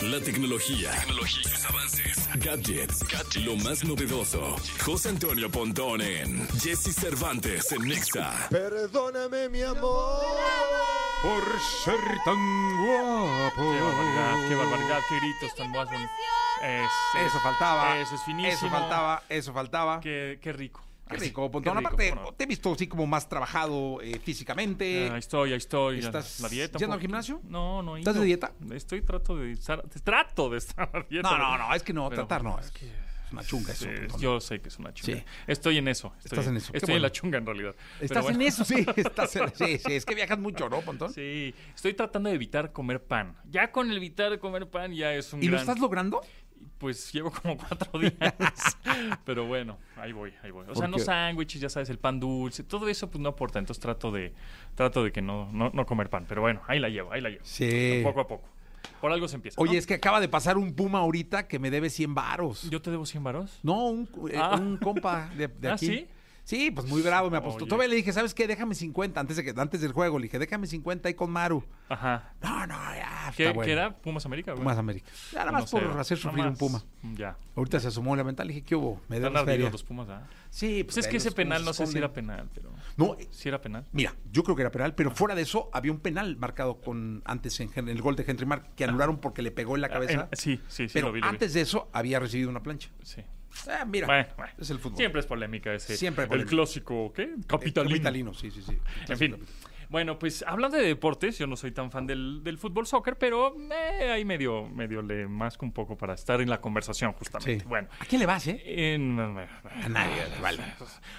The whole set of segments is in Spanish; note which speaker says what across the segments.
Speaker 1: la tecnología,
Speaker 2: Tecnología, sus avances.
Speaker 1: gadgets, lo más novedoso. José Antonio Pontón en Jesse Cervantes en Nexa.
Speaker 3: Perdóname, mi amor.
Speaker 4: Por ser tan guapo.
Speaker 5: Qué barbaridad, qué barbaridad, qué gritos tan más bonitos. Eso,
Speaker 4: Eso faltaba.
Speaker 5: Eso es finísimo.
Speaker 4: Eso faltaba, eso faltaba. Qué,
Speaker 5: Qué, qué rico. Así,
Speaker 4: rico, Pontón.
Speaker 5: qué rico,
Speaker 4: Aparte,
Speaker 5: ¿cómo no?
Speaker 4: te he visto así como más trabajado eh, físicamente.
Speaker 5: Ah, ahí estoy, ahí estoy. ya,
Speaker 4: ¿Estás
Speaker 5: la dieta. un
Speaker 4: yendo al
Speaker 5: poquito.
Speaker 4: gimnasio?
Speaker 5: No, no. he
Speaker 4: ¿Estás de
Speaker 5: ido.
Speaker 4: dieta?
Speaker 5: Estoy, trato de estar, trato de estar a dieta.
Speaker 4: no,
Speaker 5: pero-
Speaker 4: no, no, es que no,
Speaker 5: pero,
Speaker 4: tratar no.
Speaker 5: bueno,
Speaker 4: Es, es una chunga eso.
Speaker 5: eh,
Speaker 4: Pontón.
Speaker 5: yo sé que es una chunga.
Speaker 4: Sí.
Speaker 5: Estoy en eso. Estoy,
Speaker 4: Estás en eso, qué
Speaker 5: Estoy en
Speaker 4: bueno.
Speaker 5: la chunga en realidad. pero
Speaker 4: Estás
Speaker 5: bueno.
Speaker 4: en eso, sí. Estás en, sí, sí, es que viajas mucho, ¿no, Pontón?
Speaker 5: Sí, estoy tratando de evitar comer pan. Ya con el evitar comer pan ya es un
Speaker 4: ¿Y lo
Speaker 5: gran...
Speaker 4: estás logrando?
Speaker 5: Pues llevo como cuatro días. pero bueno, ahí voy, ahí voy. O sea, no
Speaker 4: Porque-
Speaker 5: sándwiches, ya sabes, el pan dulce, todo eso pues no aporta. Entonces trato de, trato de que no, no, no comer pan. Pero bueno, ahí la llevo, ahí la llevo.
Speaker 4: Sí.
Speaker 5: Poco a poco. Por algo se empieza. ¿no?
Speaker 4: Oye, es que acaba de pasar un puma ahorita que me debe 100 varos.
Speaker 5: ¿yo te debo 100 varos?
Speaker 4: No, un, eh,
Speaker 5: Ah.
Speaker 4: un compa de, de
Speaker 5: ¿Ah,
Speaker 4: aquí.
Speaker 5: sí?
Speaker 4: Sí, pues muy bravo, me apostó.
Speaker 5: Oye.
Speaker 4: Todavía le dije, ¿sabes qué? Déjame 50 antes, de que, antes del juego. Le dije, déjame 50 ahí con Maru.
Speaker 5: Ajá.
Speaker 4: No, no, ya.
Speaker 5: ¿Qué,
Speaker 4: está bueno.
Speaker 5: qué era? ¿Pumas América? güey?
Speaker 4: Pumas América. Ya nada más por
Speaker 5: 1-0.
Speaker 4: hacer
Speaker 5: No
Speaker 4: sufrir un
Speaker 5: más. Mm,
Speaker 4: puma.
Speaker 5: Ya.
Speaker 4: Ahorita se asomó la ventana, le dije, ¿qué hubo? Me
Speaker 5: Están
Speaker 4: debes feria.
Speaker 5: ardidos los Pumas, ¿ah?
Speaker 4: Sí,
Speaker 5: Pues es
Speaker 4: ahí
Speaker 5: que
Speaker 4: los
Speaker 5: ese penal,
Speaker 4: Pumas
Speaker 5: no sé si
Speaker 4: esconden.
Speaker 5: era penal, pero...
Speaker 4: No, eh,
Speaker 5: Si era penal.
Speaker 4: mira, yo creo que era penal, pero fuera de eso había un penal marcado con antes en, Hen- el gol de Henry Mark que anularon porque le pegó en la cabeza.
Speaker 5: Ah. En- sí, sí, sí,
Speaker 4: pero
Speaker 5: lo vi, lo vi.
Speaker 4: antes de eso había recibido una plancha.
Speaker 5: Sí.
Speaker 4: Ah, mira,
Speaker 5: Bueno, bueno.
Speaker 4: es el fútbol.
Speaker 5: Siempre es polémica ese.
Speaker 4: Siempre hay
Speaker 5: El
Speaker 4: polémica.
Speaker 5: clásico, ¿qué?
Speaker 4: Eh,
Speaker 5: Capitalino.
Speaker 4: Capitalino, sí, sí, sí.
Speaker 5: En fin. Bueno, pues hablando de deportes, yo no soy tan fan del, del fútbol soccer, pero eh, ahí medio, medio le masco un poco para estar en la conversación, justamente.
Speaker 4: Sí.
Speaker 5: Bueno,
Speaker 4: ¿A quién le vas, eh?
Speaker 5: en-
Speaker 4: A nadie, vale.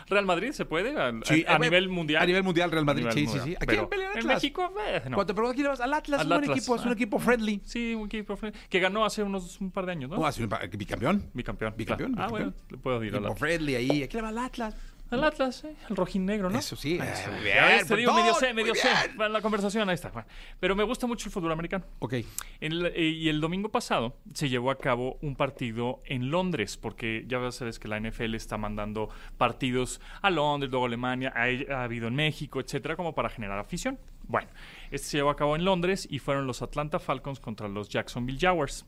Speaker 5: Real Madrid se puede a, a-
Speaker 4: Sí,
Speaker 5: a
Speaker 4: eh, bueno,
Speaker 5: nivel mundial.
Speaker 4: A nivel mundial, Real
Speaker 5: A
Speaker 4: Madrid,
Speaker 5: nivel
Speaker 4: sí,
Speaker 5: mundial,
Speaker 4: sí, sí. ¿A
Speaker 5: pero
Speaker 4: quién pelea el
Speaker 5: En
Speaker 4: Atlas?
Speaker 5: México, eh, no.
Speaker 4: Cuando te pregunto, ¿a quién le vas? Al Atlas,
Speaker 5: Al
Speaker 4: un buen
Speaker 5: Atlas,
Speaker 4: equipo, es un
Speaker 5: ah.
Speaker 4: equipo friendly.
Speaker 5: Sí, un equipo fre- que ganó hace unos un par de años, ¿no?
Speaker 4: No, hace un pa- bicampeón.
Speaker 5: Bicampeón.
Speaker 4: Bicampeón.
Speaker 5: claro. Ah, bueno,
Speaker 4: bicampeón.
Speaker 5: le puedo ir al
Speaker 4: Equipo
Speaker 5: Atlas.
Speaker 4: friendly ahí. ¿A quién le va al Atlas?
Speaker 5: Al Atlas, eh, al rojinegro, ¿no?
Speaker 4: Eso sí. eh, muy bien,
Speaker 5: Ya ves, te digo,
Speaker 4: Pontón,
Speaker 5: medio sé,
Speaker 4: muy
Speaker 5: medio sé.
Speaker 4: bien.
Speaker 5: Para la conversación, ahí está. Bueno, Pero me gusta mucho el fútbol americano.
Speaker 4: Ok.
Speaker 5: El- eh, y el domingo pasado se llevó a cabo un partido en Londres, porque ya sabes que la NFL está mandando partidos a Londres, luego a Alemania, ha, ha habido en México, etcétera, como para generar afición. Bueno, este se llevó a cabo en Londres y fueron los Atlanta Falcons contra los Jacksonville Jaguars.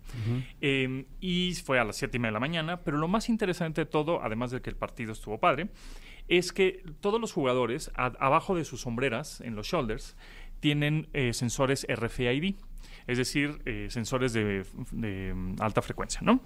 Speaker 5: Eh, y fue a las 7 y media de la mañana, pero lo más interesante de todo, además de que el partido estuvo padre, es que todos los jugadores, a- abajo de sus sombreras, en los shoulders, tienen eh, sensores RFID, es decir, eh, sensores de, de, mm, alta frecuencia, ¿no?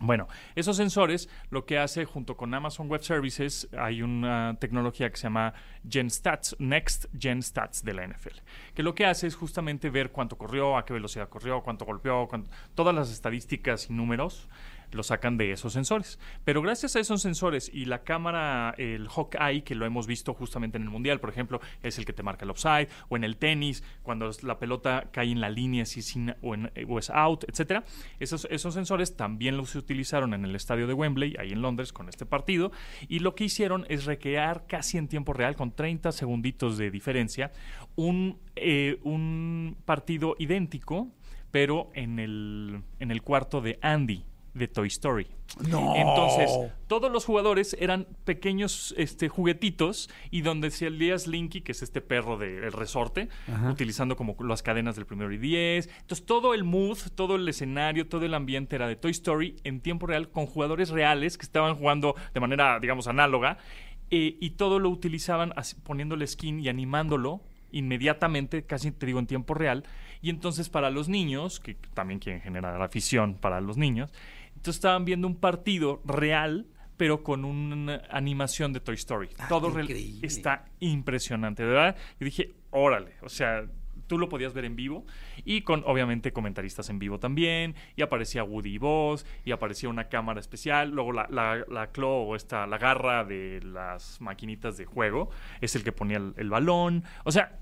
Speaker 5: Bueno, esos sensores lo que hace junto con Amazon Web Services hay una tecnología que se llama GenStats, Next Gen Stats de la NFL, que lo que hace es justamente ver cuánto corrió, a qué velocidad corrió, cuánto golpeó, cuán- todas las estadísticas y números lo sacan de esos sensores. Pero gracias a esos sensores y la cámara, el Hawkeye, que lo hemos visto justamente en el Mundial, por ejemplo, es el que te marca el offside, o en el tenis, cuando es- la pelota cae en la línea si es in- o, en- eh, o es out, etcétera. Esos, esos sensores también los utilizaron en el estadio de Wembley, ahí en Londres, con este partido, y lo que hicieron es recrear casi en tiempo real, con 30 segunditos de diferencia, un, eh, un partido idéntico, pero en el, en el cuarto de Andy, de Toy Story.
Speaker 4: No.
Speaker 5: Entonces, todos los jugadores eran pequeños este, juguetitos y donde se alía Slinky, que es este perro del resorte, utilizando como las cadenas del primero y diez. Entonces, todo el mood, todo el escenario, todo el ambiente era de Toy Story en tiempo real con jugadores reales que estaban jugando de manera, digamos, análoga eh, y todo lo utilizaban así, poniéndole skin y animándolo inmediatamente, casi te digo en tiempo real, y entonces para los niños, que también quieren generar afición para los niños, entonces estaban viendo un partido real, pero con una animación de Toy Story.
Speaker 4: Ah,
Speaker 5: Todo
Speaker 4: qué
Speaker 5: real.
Speaker 4: increíble.
Speaker 5: Está impresionante, de ¿verdad? Y dije, órale, o sea, tú lo podías ver en vivo y con, obviamente, comentaristas en vivo también. Y aparecía Woody Voss y aparecía una cámara especial. Luego la, la, la claw o esta, la garra de las maquinitas de juego es el que ponía el, el balón. O sea,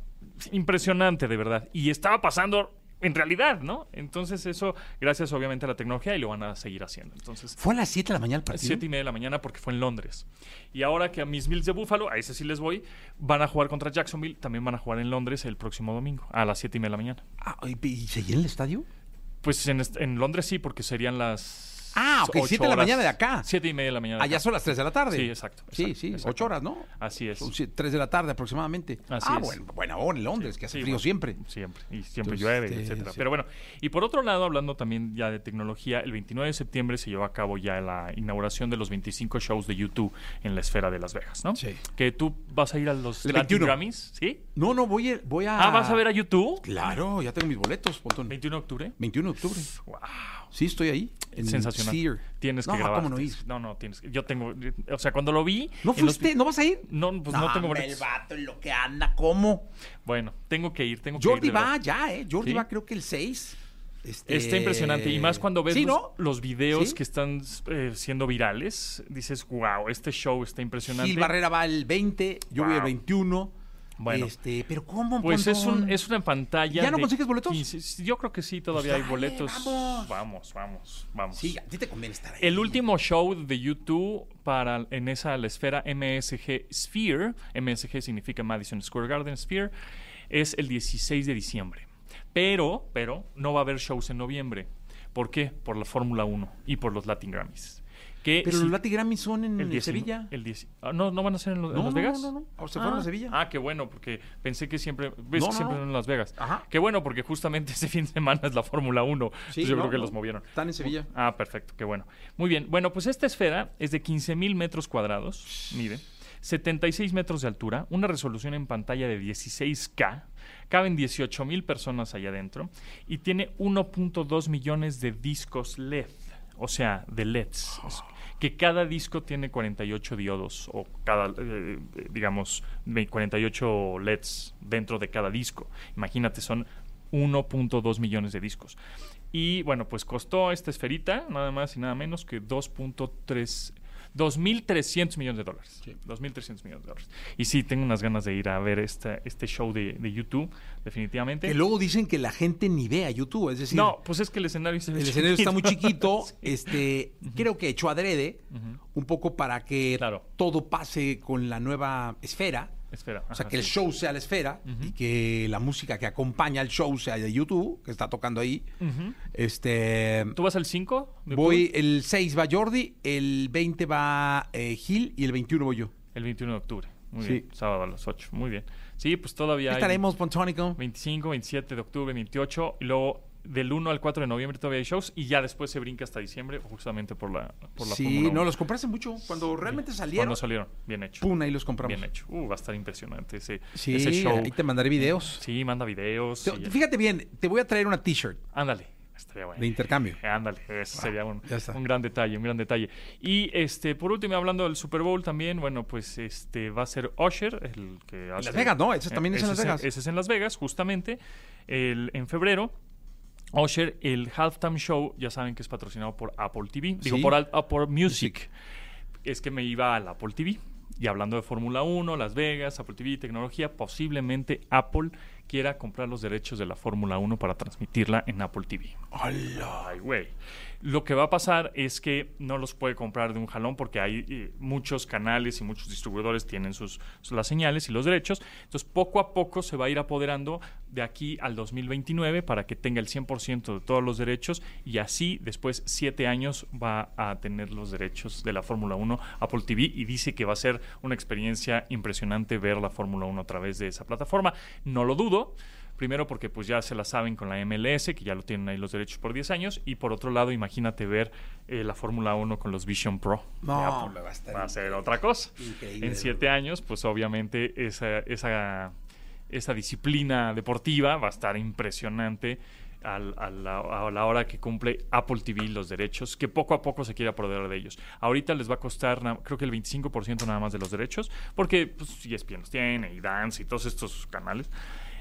Speaker 5: impresionante, de verdad. Y estaba pasando... En realidad, ¿no? Entonces eso, gracias obviamente a la tecnología y lo van a seguir haciendo. Entonces,
Speaker 4: Fue a las 7 de la mañana el partido.
Speaker 5: Siete y media de la mañana porque fue en Londres. Y ahora que a mis Bills de Buffalo, a ese sí les voy, van a jugar contra Jacksonville, también van a jugar en Londres el próximo domingo, a las siete y media de la mañana.
Speaker 4: Ah, ¿y, ¿Y seguía en el estadio?
Speaker 5: Pues en, est- en Londres sí, porque serían las
Speaker 4: Ah, ok,
Speaker 5: ocho
Speaker 4: 7 de la
Speaker 5: horas.
Speaker 4: mañana de acá.
Speaker 5: Siete y media de la mañana. de
Speaker 4: Allá
Speaker 5: acá.
Speaker 4: son las 3 de la tarde.
Speaker 5: Sí, exacto,
Speaker 4: Sí,
Speaker 5: exacto,
Speaker 4: sí,
Speaker 5: exacto.
Speaker 4: 8 horas, ¿no?
Speaker 5: Así es.
Speaker 4: Son 3 de la tarde aproximadamente.
Speaker 5: Así
Speaker 4: ah,
Speaker 5: es.
Speaker 4: bueno, buena hora en Londres, que hace
Speaker 5: Sí,
Speaker 4: frío
Speaker 5: bueno,
Speaker 4: siempre.
Speaker 5: Siempre. Y siempre
Speaker 4: Entonces,
Speaker 5: llueve,
Speaker 4: este,
Speaker 5: etcétera.
Speaker 4: sí.
Speaker 5: Pero bueno, y por otro lado, hablando también ya de tecnología, el 29 de septiembre se llevó a cabo ya la inauguración de los 25 shows de YouTube en la esfera de Las Vegas, ¿no?
Speaker 4: Sí.
Speaker 5: Que tú vas a ir a los
Speaker 4: El
Speaker 5: Latin
Speaker 4: 21.
Speaker 5: Grammys, ¿sí?
Speaker 4: No, no, voy a, voy a.
Speaker 5: Ah, ¿vas a ver a YouTube?
Speaker 4: Claro, ya tengo mis boletos, Pontón.
Speaker 5: 21 de octubre.
Speaker 4: 21 de octubre.
Speaker 5: Wow.
Speaker 4: Sí, estoy ahí. en
Speaker 5: Sensacional.
Speaker 4: Sear.
Speaker 5: Tienes que
Speaker 4: no,
Speaker 5: grabar.
Speaker 4: ¿cómo no ir?
Speaker 5: No, no, tienes que. Yo tengo. O sea, cuando lo vi.
Speaker 4: ¿No
Speaker 5: en los-
Speaker 4: fuiste? ¿No vas a ir?
Speaker 5: No, pues no, tengo
Speaker 4: hombre,
Speaker 5: boletos.
Speaker 4: el vato en lo que anda, ¿cómo?
Speaker 5: Bueno, tengo que ir, tengo que ir.
Speaker 4: Jordi
Speaker 5: de verdad.
Speaker 4: va ya, ¿eh? Jordi
Speaker 5: Sí.
Speaker 4: va creo que el 6. Este...
Speaker 5: Está impresionante. Y más cuando ves
Speaker 4: Sí,
Speaker 5: los,
Speaker 4: ¿no?
Speaker 5: los videos
Speaker 4: Sí.
Speaker 5: que están eh, siendo virales, dices, wow, este show está impresionante.
Speaker 4: Gil Barrera va el 20, yo voy el
Speaker 5: Wow.
Speaker 4: 21.
Speaker 5: Bueno.
Speaker 4: Este, pero ¿cómo?
Speaker 5: Pues es,
Speaker 4: Pontón?
Speaker 5: un, es una pantalla.
Speaker 4: ¿Ya no
Speaker 5: de
Speaker 4: consigues boletos?
Speaker 5: 15. yo creo que sí, todavía
Speaker 4: Pues
Speaker 5: hay
Speaker 4: dale,
Speaker 5: boletos.
Speaker 4: vamos.
Speaker 5: vamos, vamos, vamos.
Speaker 4: Sí, a ti te conviene estar ahí.
Speaker 5: El último show de YouTube para en esa la esfera MSG Sphere, MSG significa Madison Square Garden Sphere, es el 16 de diciembre. Pero, pero no va a haber shows en noviembre. ¿Por qué? Por la Fórmula 1 y por los Latin Grammys. Que
Speaker 4: Pero
Speaker 5: si-
Speaker 4: los Latin Grammys son en
Speaker 5: 19
Speaker 4: Sevilla.
Speaker 5: el 10 ah, no, no van a ser en, lo- en
Speaker 4: No,
Speaker 5: Las
Speaker 4: no,
Speaker 5: Vegas.
Speaker 4: no, no, no. Se fueron
Speaker 5: ah,
Speaker 4: a Sevilla.
Speaker 5: Ah, qué bueno, porque pensé que siempre. Ves
Speaker 4: No, no,
Speaker 5: que siempre
Speaker 4: no.
Speaker 5: en Las Vegas.
Speaker 4: Ajá.
Speaker 5: Qué bueno, porque justamente ese fin de semana es la Fórmula 1.
Speaker 4: Sí,
Speaker 5: Entonces pues yo
Speaker 4: no,
Speaker 5: creo que
Speaker 4: no.
Speaker 5: los movieron.
Speaker 4: Están en Sevilla.
Speaker 5: Ah, perfecto, qué bueno. Muy bien. Bueno, pues esta esfera es de 15.000 metros cuadrados. Mire. 76 metros de altura, una resolución en pantalla de 16K, caben 18.000 personas allá adentro y tiene 1.2 millones de discos E LED, o sea, de LEDs, es- que cada disco tiene 48 diodos o cada, eh, eh, digamos, ve- 48 LEDs E dentro de cada disco. Imagínate, son 1.2 millones de discos. Y bueno, pues costó esta esferita nada más y nada menos que 2.3 2.300 millones de dólares. 2.300 millones de dólares. Y sí, tengo unas ganas de ir a ver esta, este show de, de YouTube, definitivamente.
Speaker 4: Que luego dicen que la gente ni ve a YouTube, es decir,
Speaker 5: No, pues es que el escenario se ve
Speaker 4: el escenario está muy chiquito,
Speaker 5: Sí.
Speaker 4: este, creo que hecho adrede, un poco para que
Speaker 5: Claro.
Speaker 4: todo pase con la nueva esfera,
Speaker 5: Espera.
Speaker 4: o sea,
Speaker 5: ajá,
Speaker 4: que el
Speaker 5: sí.
Speaker 4: show sea la esfera y que la música que acompaña al show sea de YouTube, que está tocando ahí. Este,
Speaker 5: ¿Tú vas al 5?
Speaker 4: voy eh, el 6 va Jordi, el 20 va eh, Gil y el 21 voy yo.
Speaker 5: El 21 de octubre. Muy
Speaker 4: Sí.
Speaker 5: bien. Sábado a las 8. Muy bien. Sí, pues todavía hay
Speaker 4: Estaremos Pontónico.
Speaker 5: 25, 27 de octubre, 28 y luego del 1 al 4 de noviembre todavía hay shows y ya después se brinca hasta diciembre justamente por la por la
Speaker 4: Sí,
Speaker 5: Fórmula
Speaker 4: no
Speaker 5: Uno.
Speaker 4: los compraste mucho cuando realmente salieron.
Speaker 5: Cuando salieron, bien hecho.
Speaker 4: Pum, ahí los compramos.
Speaker 5: Bien hecho. Uh, va a estar impresionante ese,
Speaker 4: Sí,
Speaker 5: ese show.
Speaker 4: ahí te mandaré videos.
Speaker 5: Sí, manda videos.
Speaker 4: Te-
Speaker 5: y-
Speaker 4: Fíjate bien, te voy a traer una t-shirt
Speaker 5: Ándale, estaría bueno.
Speaker 4: de intercambio.
Speaker 5: Eh, Ándale, eso sería un,
Speaker 4: ya está.
Speaker 5: un gran detalle, un gran detalle. Y este, por último, hablando del Super Bowl también, bueno, pues este va a ser Usher, el que hace-
Speaker 4: Las Vegas, ¿no? Ese también es en Las Vegas.
Speaker 5: Ese es en Las Vegas, justamente, el, en febrero. Usher, el halftime show, ya saben que es patrocinado por Apple TV, digo
Speaker 4: Sí.
Speaker 5: por Al- Apple Music. Es que me iba al Apple TV y hablando de Fórmula 1, Las Vegas, Apple TV, tecnología, posiblemente Apple quiera comprar los derechos de la Fórmula 1 para transmitirla en Apple TV. Ay, güey. Lo que va a pasar es que no los puede comprar de un jalón porque hay eh, muchos canales y muchos distribuidores tienen sus, sus- las señales y los derechos. Entonces, poco a poco se va a ir apoderando de aquí al 2029 para que tenga el 100% de todos los derechos y así después siete años va a tener los derechos de la Fórmula 1 Apple TV y dice que va a ser una experiencia impresionante ver la Fórmula 1 a través de esa plataforma. No lo dudo. Primero porque pues ya se la saben con la MLS, que ya lo tienen ahí los derechos por 10 años. Y por otro lado, imagínate ver eh, la Fórmula 1 con los Vision Pro. de
Speaker 4: No,
Speaker 5: Apple.
Speaker 4: hombre, pues, va a estar
Speaker 5: ser otra cosa.
Speaker 4: increíble.
Speaker 5: En 7 años, pues obviamente esa, esa, esa disciplina deportiva va a estar impresionante. al- a, la, a la hora que cumple Apple TV los derechos, que poco a poco se quiere apoderar de ellos. Ahorita les va a costar, na- creo que el 25% nada más de los derechos, porque pues, ESPN los tiene, y Dance y todos estos canales.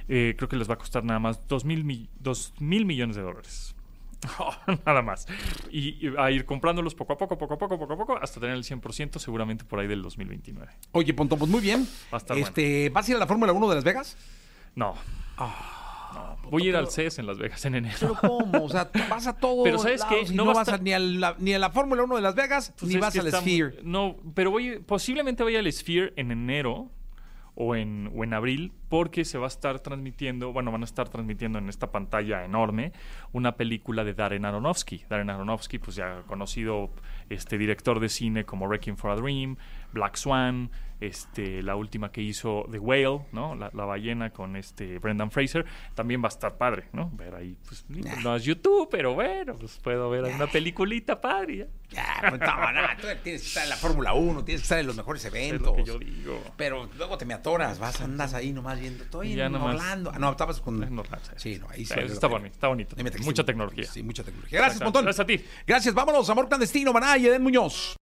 Speaker 5: Eh, creo que les va a costar nada más 2 mil, mi- dos mil millones de dólares. nada más. Y, y a ir comprándolos poco a poco, poco a poco, poco a poco, hasta tener el 100% seguramente por ahí del 2029.
Speaker 4: Oye, Pontón, pues muy bien.
Speaker 5: Va a estar
Speaker 4: este, ¿Vas a ir a la Fórmula 1 de Las Vegas?
Speaker 5: No. No. Voy a ir al CES en Las Vegas en enero.
Speaker 4: Ah, Pero ¿cómo? O sea, tú vas a todo.
Speaker 5: Pero ¿sabes qué?
Speaker 4: No,
Speaker 5: No
Speaker 4: vas
Speaker 5: vas
Speaker 4: a-
Speaker 5: a-
Speaker 4: ni, a la, ni a la Fórmula 1 de Las Vegas,
Speaker 5: Pues
Speaker 4: ni
Speaker 5: es
Speaker 4: vas
Speaker 5: que
Speaker 4: al
Speaker 5: está mu-
Speaker 4: Sphere.
Speaker 5: No, pero voy, posiblemente vaya al Sphere en enero o en, o en abril, porque se va a estar transmitiendo, bueno, van a estar transmitiendo en esta pantalla enorme una película de Darren Aronofsky. Darren Aronofsky, pues ya conocido este director de cine como Wrecking for a Dream, Black Swan, este, la última que hizo The Whale, ¿no? La, la ballena con este Brendan Fraser, también va a estar padre, ¿no? Ver ahí, pues, no es YouTube, pero bueno, pues puedo ver ahí una peliculita padre. ya.
Speaker 4: Ya, pues, no, no, tú tienes que estar en la Fórmula 1, tienes que estar en los mejores
Speaker 5: Es
Speaker 4: eventos.
Speaker 5: lo que yo digo.
Speaker 4: Pero luego te me atoras, vas, andas ahí nomás viendo. Estoy
Speaker 5: Y ya
Speaker 4: en
Speaker 5: nomás-
Speaker 4: Orlando. Ah, no, estabas con.
Speaker 5: En Orlando,
Speaker 4: Sí, no, ahí sí
Speaker 5: Eso
Speaker 4: valió la
Speaker 5: está
Speaker 4: pena.
Speaker 5: bonito, está bonito.
Speaker 4: Ahí me trajiste
Speaker 5: Mucha
Speaker 4: un-
Speaker 5: tecnología.
Speaker 4: Sí, mucha tecnología. Gracias,
Speaker 5: Exacto.
Speaker 4: Pontón.
Speaker 5: Gracias a ti.
Speaker 4: Gracias, vámonos. Amor clandestino, Maná y Edén Muñoz.